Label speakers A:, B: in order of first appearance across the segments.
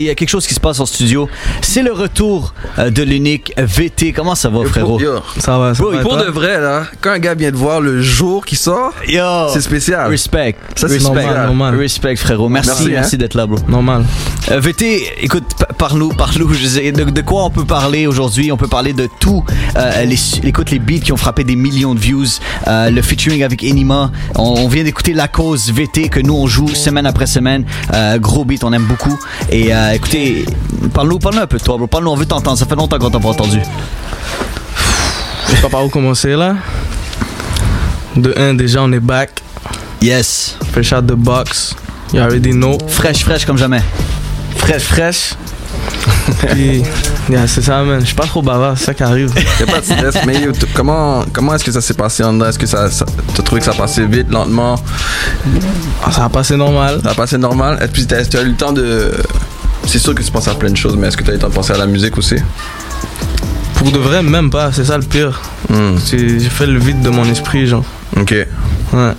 A: Il y a quelque chose qui se passe en studio. C'est le retour euh, de l'unique VT. Comment ça
B: Oh,
A: va, frérot?
B: Yo,
C: Ça va, ça
B: Bro,
C: va. et
B: pour
C: toi?
B: de vrai, là, quand un gars vient te voir le jour qu'il sort,
A: Yo!
B: c'est spécial.
A: Respect.
B: Ça, c'est
A: respect.
B: normal,
C: normal.
A: Respect, frérot. Merci, merci,
B: Merci, hein.
A: d'être là, bro.
C: Normal.
A: Euh, VT, écoute, pa- parle-nous, parle-nous. je sais, De, de quoi on peut parler aujourd'hui? On peut parler de tout. Euh, les, su- écoute, les beats qui ont frappé des millions de views. euh, le featuring avec Enima. On, on vient d'écouter La Cause VT que nous, on joue semaine après semaine. Euh, gros beat, on aime beaucoup. Et euh, écoutez, parle-nous, parle-nous un peu de toi, bro. Parle-nous, on veut t'entendre. Ça fait longtemps qu'on t'a pas entendu.
C: Je sais pas par où commencer là. De 1, déjà on est back.
A: Yes.
C: Fresh out the box. You already know.
A: Fraîche, fraîche comme jamais.
C: Fraîche, fraîche. Puis, yeah, c'est ça, man. Je suis pas trop bavard, c'est ça qui arrive.
B: Y a pas de stress, mais yo, t- comment, comment est-ce que ça s'est passé en dedans? Est-ce que ça, ça- t'as trouvé que ça passait vite, lentement?
C: Ah, Ça a passé normal.
B: Ça a passé normal? Et puis, t'as- est-ce que tu as eu le temps de. C'est sûr que tu penses à plein de choses, mais est-ce que tu as eu le temps de penser à la musique aussi?
C: Pour de vrai, même pas. C'est ça le pire.
B: Hmm,
C: C'est- J'ai fait le vide de mon esprit, genre.
B: Ok.
C: Ouais.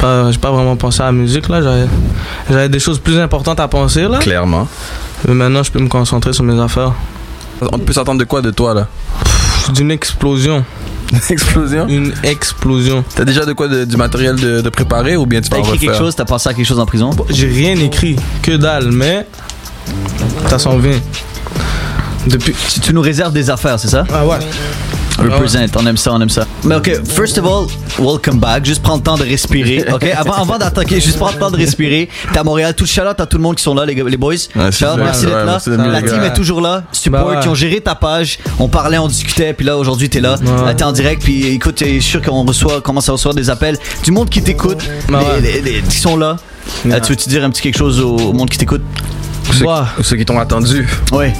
C: Pas- J'ai pas vraiment pensé à la musique là. J'avais- J'avais des choses plus importantes à penser là.
B: Clairement.
C: Mais maintenant, je peux me concentrer sur mes affaires.
B: On peut s'attendre de quoi de toi, là?
C: Pff, D'une explosion.
B: Explosion?
C: Une explosion.
B: T'as déjà de quoi de- du matériel de, de préparer ou bien tu
A: T'as
B: vas en
A: écrit quelque
B: refaire?
A: chose, t'as pensé à quelque chose en prison
C: J'ai rien écrit, que dalle, mais ça s'en vient. Depuis.
A: tu, tu nous réserves des affaires, c'est ça
C: Ah ouais.
A: Represent, on aime ça, on aime ça. Mais ok, first of all, welcome back. Juste prends le temps de respirer, ok Avant, avant d'attaquer, juste prends le temps de respirer. T'es à Montréal, tout shout-out à tout le monde qui sont là, les, gars- les boys.
B: Ouais, c'est
A: Shout-out,
B: vrai,
A: merci d'être là.
B: ouais, merci d'être venu,
A: La
B: les
A: team
C: gars.
A: est toujours là. Support,
C: Bah ouais.
A: qui ont géré ta page. On parlait, on discutait, puis là, aujourd'hui, t'es là.
C: Ouais.
A: Euh, T'es en direct, puis écoute, je suis sûr qu'on reçoit, commence à recevoir des appels du monde qui t'écoute,
C: Bah ouais.
A: les- les- les- qui sont là. Euh, tu veux-tu dire un petit quelque chose au, au monde qui t'écoute
B: Ou ceux,
C: Ouah.
B: ou ceux qui t'ont attendu?
A: Ouais.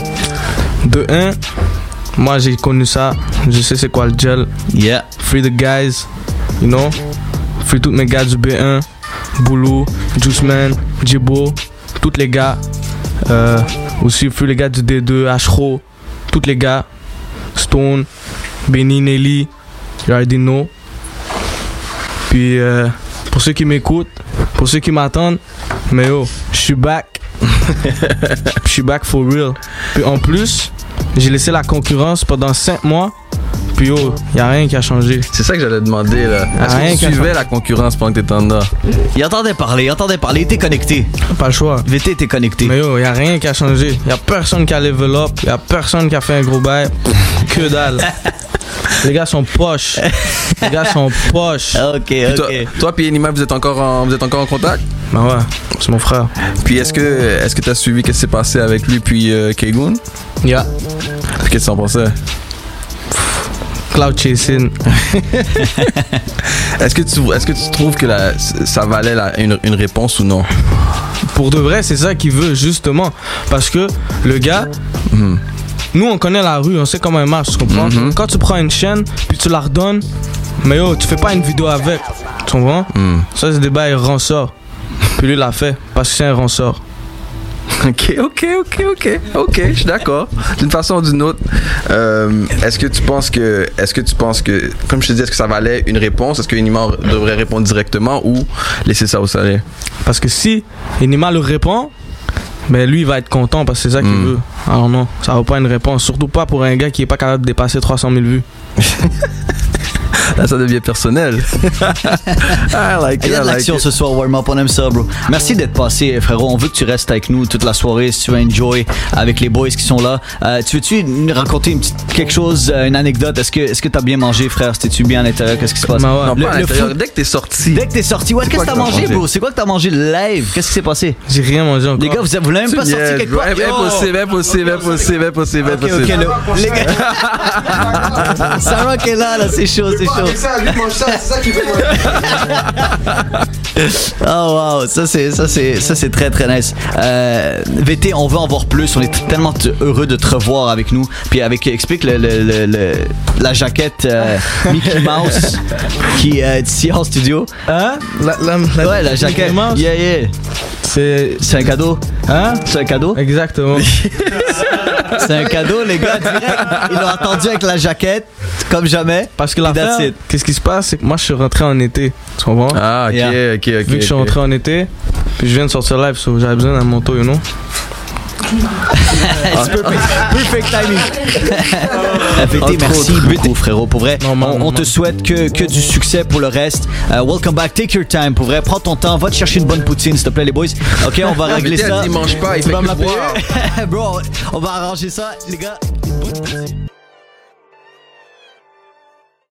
C: De 1, moi j'ai connu ça. Je sais c'est quoi le gel.
A: Yeah.
C: Free the guys, you know. Free tous mes gars du B1. Boulou, Juiceman, Djibo, tous les gars. Euh, aussi free les gars du D2, Ashro, tous les gars. Stone, Benny, Nelly, you already know. Puis euh, pour ceux qui m'écoutent, pour ceux qui m'attendent, mais yo, je suis back. Je suis back for real. Puis en plus, j'ai laissé la concurrence pendant 5 mois. Puis yo, y a rien qui a changé.
B: C'est ça que j'allais demander, là. Est-ce
C: rien
A: Ah,
B: que tu
C: qu'à
B: suivais la concurrence pendant que t'étais en dedans?
A: Il entendait parler, il entendait parler, il était connecté.
C: Pas le choix.
A: VT était connecté.
C: Mais yo, y a rien qui a changé. Y a personne qui a level up. Y a personne qui a fait un gros bail. Que dalle. Les gars sont poches. Les gars sont poches.
A: Ok,
B: Puis
A: ok.
B: Toi, toi puis Enima, vous êtes encore en, vous êtes encore en contact?
C: Bah ouais, c'est mon frère.
B: Puis est-ce que est-ce que t'as suivi qu'est-ce qui s'est passé avec lui puis euh, Kegun
C: Yeah.
B: Puis qu'est-ce que t'en pensais
C: Cloud chasing.
B: Est-ce que tu est-ce que tu trouves que la- ça valait la- une, une réponse ou non
C: Pour de vrai, c'est ça qu'il veut, justement. Parce que le gars,
B: Mhm.
C: nous, on connaît la rue, on sait comment elle marche, tu comprends?
B: Mhm.
C: Quand tu prends une chaîne, puis tu la redonnes, mais yo, tu fais pas une vidéo avec. Tu comprends?
B: Hmm.
C: Ça, c'est des bails rançor. Puis lui, il l'a fait, parce que c'est un rançor.
B: Ok, ok, ok, ok, ok. Je suis d'accord. D'une façon ou d'une autre, euh, est-ce que tu penses que est-ce que tu penses que comme je te dis, est-ce que ça valait une réponse Est-ce que Enima devrait répondre directement ou laisser ça au salé
C: Parce que si Enima le répond, mais lui, il va être content, parce que c'est ça qu'il
B: Mhm.
C: veut. Alors non, ça vaut pas une réponse. Surtout pas pour un gars qui est pas capable de dépasser 300 000 vues.
B: Là, ça devient personnel. I like
A: Il
B: it,
A: y a de
B: I like
A: l'action
B: it.
A: ce soir, warm up, on aime ça, bro. Merci d'être passé, frérot. On veut que tu restes avec nous toute la soirée si tu veux enjoy avec les boys qui sont là. Euh, tu veux-tu nous raconter une petite- quelque chose, euh, une anecdote Est-ce que est-ce que t'as bien mangé, frère C'était-tu bien à l'intérieur Qu'est-ce qui se passe
C: Bah ouais.
B: Non,
A: Le-
B: pas à
A: le
B: l'intérieur.
A: foot-
B: Dès que t'es sorti,
A: Dès que t'es sorti, ouais, qu'est-ce que
B: quoi
A: t'as
B: que t'as
A: mangé,
B: mangé?
A: bro C'est quoi que t'as mangé live Qu'est-ce qui s'est passé
C: J'ai rien mangé encore.
A: Les gars, vous, vous l'avez même pas
B: Tu
A: sorti
B: niaises,
A: quelque
B: bro.
A: part
B: Imp-
A: Yo!
B: Impossible, impossible, impossible, impossible,
A: Ok, ok,
B: impossible.
A: le- les gars. Sarah qui est là, là, c'est chaud, c'est chaud.
D: ça, lui mange ça, c'est ça qu'il veut.
A: Oh wow, ça c'est ça c'est ça c'est très très nice. Euh, VT, on veut en voir plus. On est t- tellement t- heureux de te revoir avec nous. Puis avec explique le, le- le- le- la jaquette euh, Mickey Mouse qui est ici en studio.
C: Hein? La, la,
A: Ouais, la jaquette.
C: Mickey Mouse,
A: Yeah yeah.
C: C'est.
A: C'est un cadeau.
C: Hein?
A: C'est un cadeau.
C: Exactement.
A: C'est un cadeau les gars. Direct, ils l'ont attendu avec la jaquette comme jamais.
C: Parce que la
A: That's it.
C: qu'est-ce qui se passe, c'est que moi je suis rentré en été, tu comprends
B: Ah, ok,
A: Yeah.
B: ok, ok.
C: Vu que je suis
B: ok.
C: rentré en été, puis je viens de sortir live, so j'avais besoin d'un manteau, you know
A: It's perfect, perfect timing. Affecté,
C: Entre
A: merci
C: autres.
A: beaucoup, frérot. Pour vrai,
C: Non, non,
A: on, on
C: non,
A: te
C: non.
A: souhaite que, que du succès pour le reste. Euh, welcome back, take your time. Pour vrai, prends ton temps, va te chercher une bonne poutine, s'il te plaît, les boys. Ok, on va régler
B: Invité à
A: ça.
B: dimanche pas, il
A: Tu
B: fait
A: vas
B: que
A: m'appeler.
B: boire.
A: Bro, on va arranger ça, les gars. Une bonne poutine.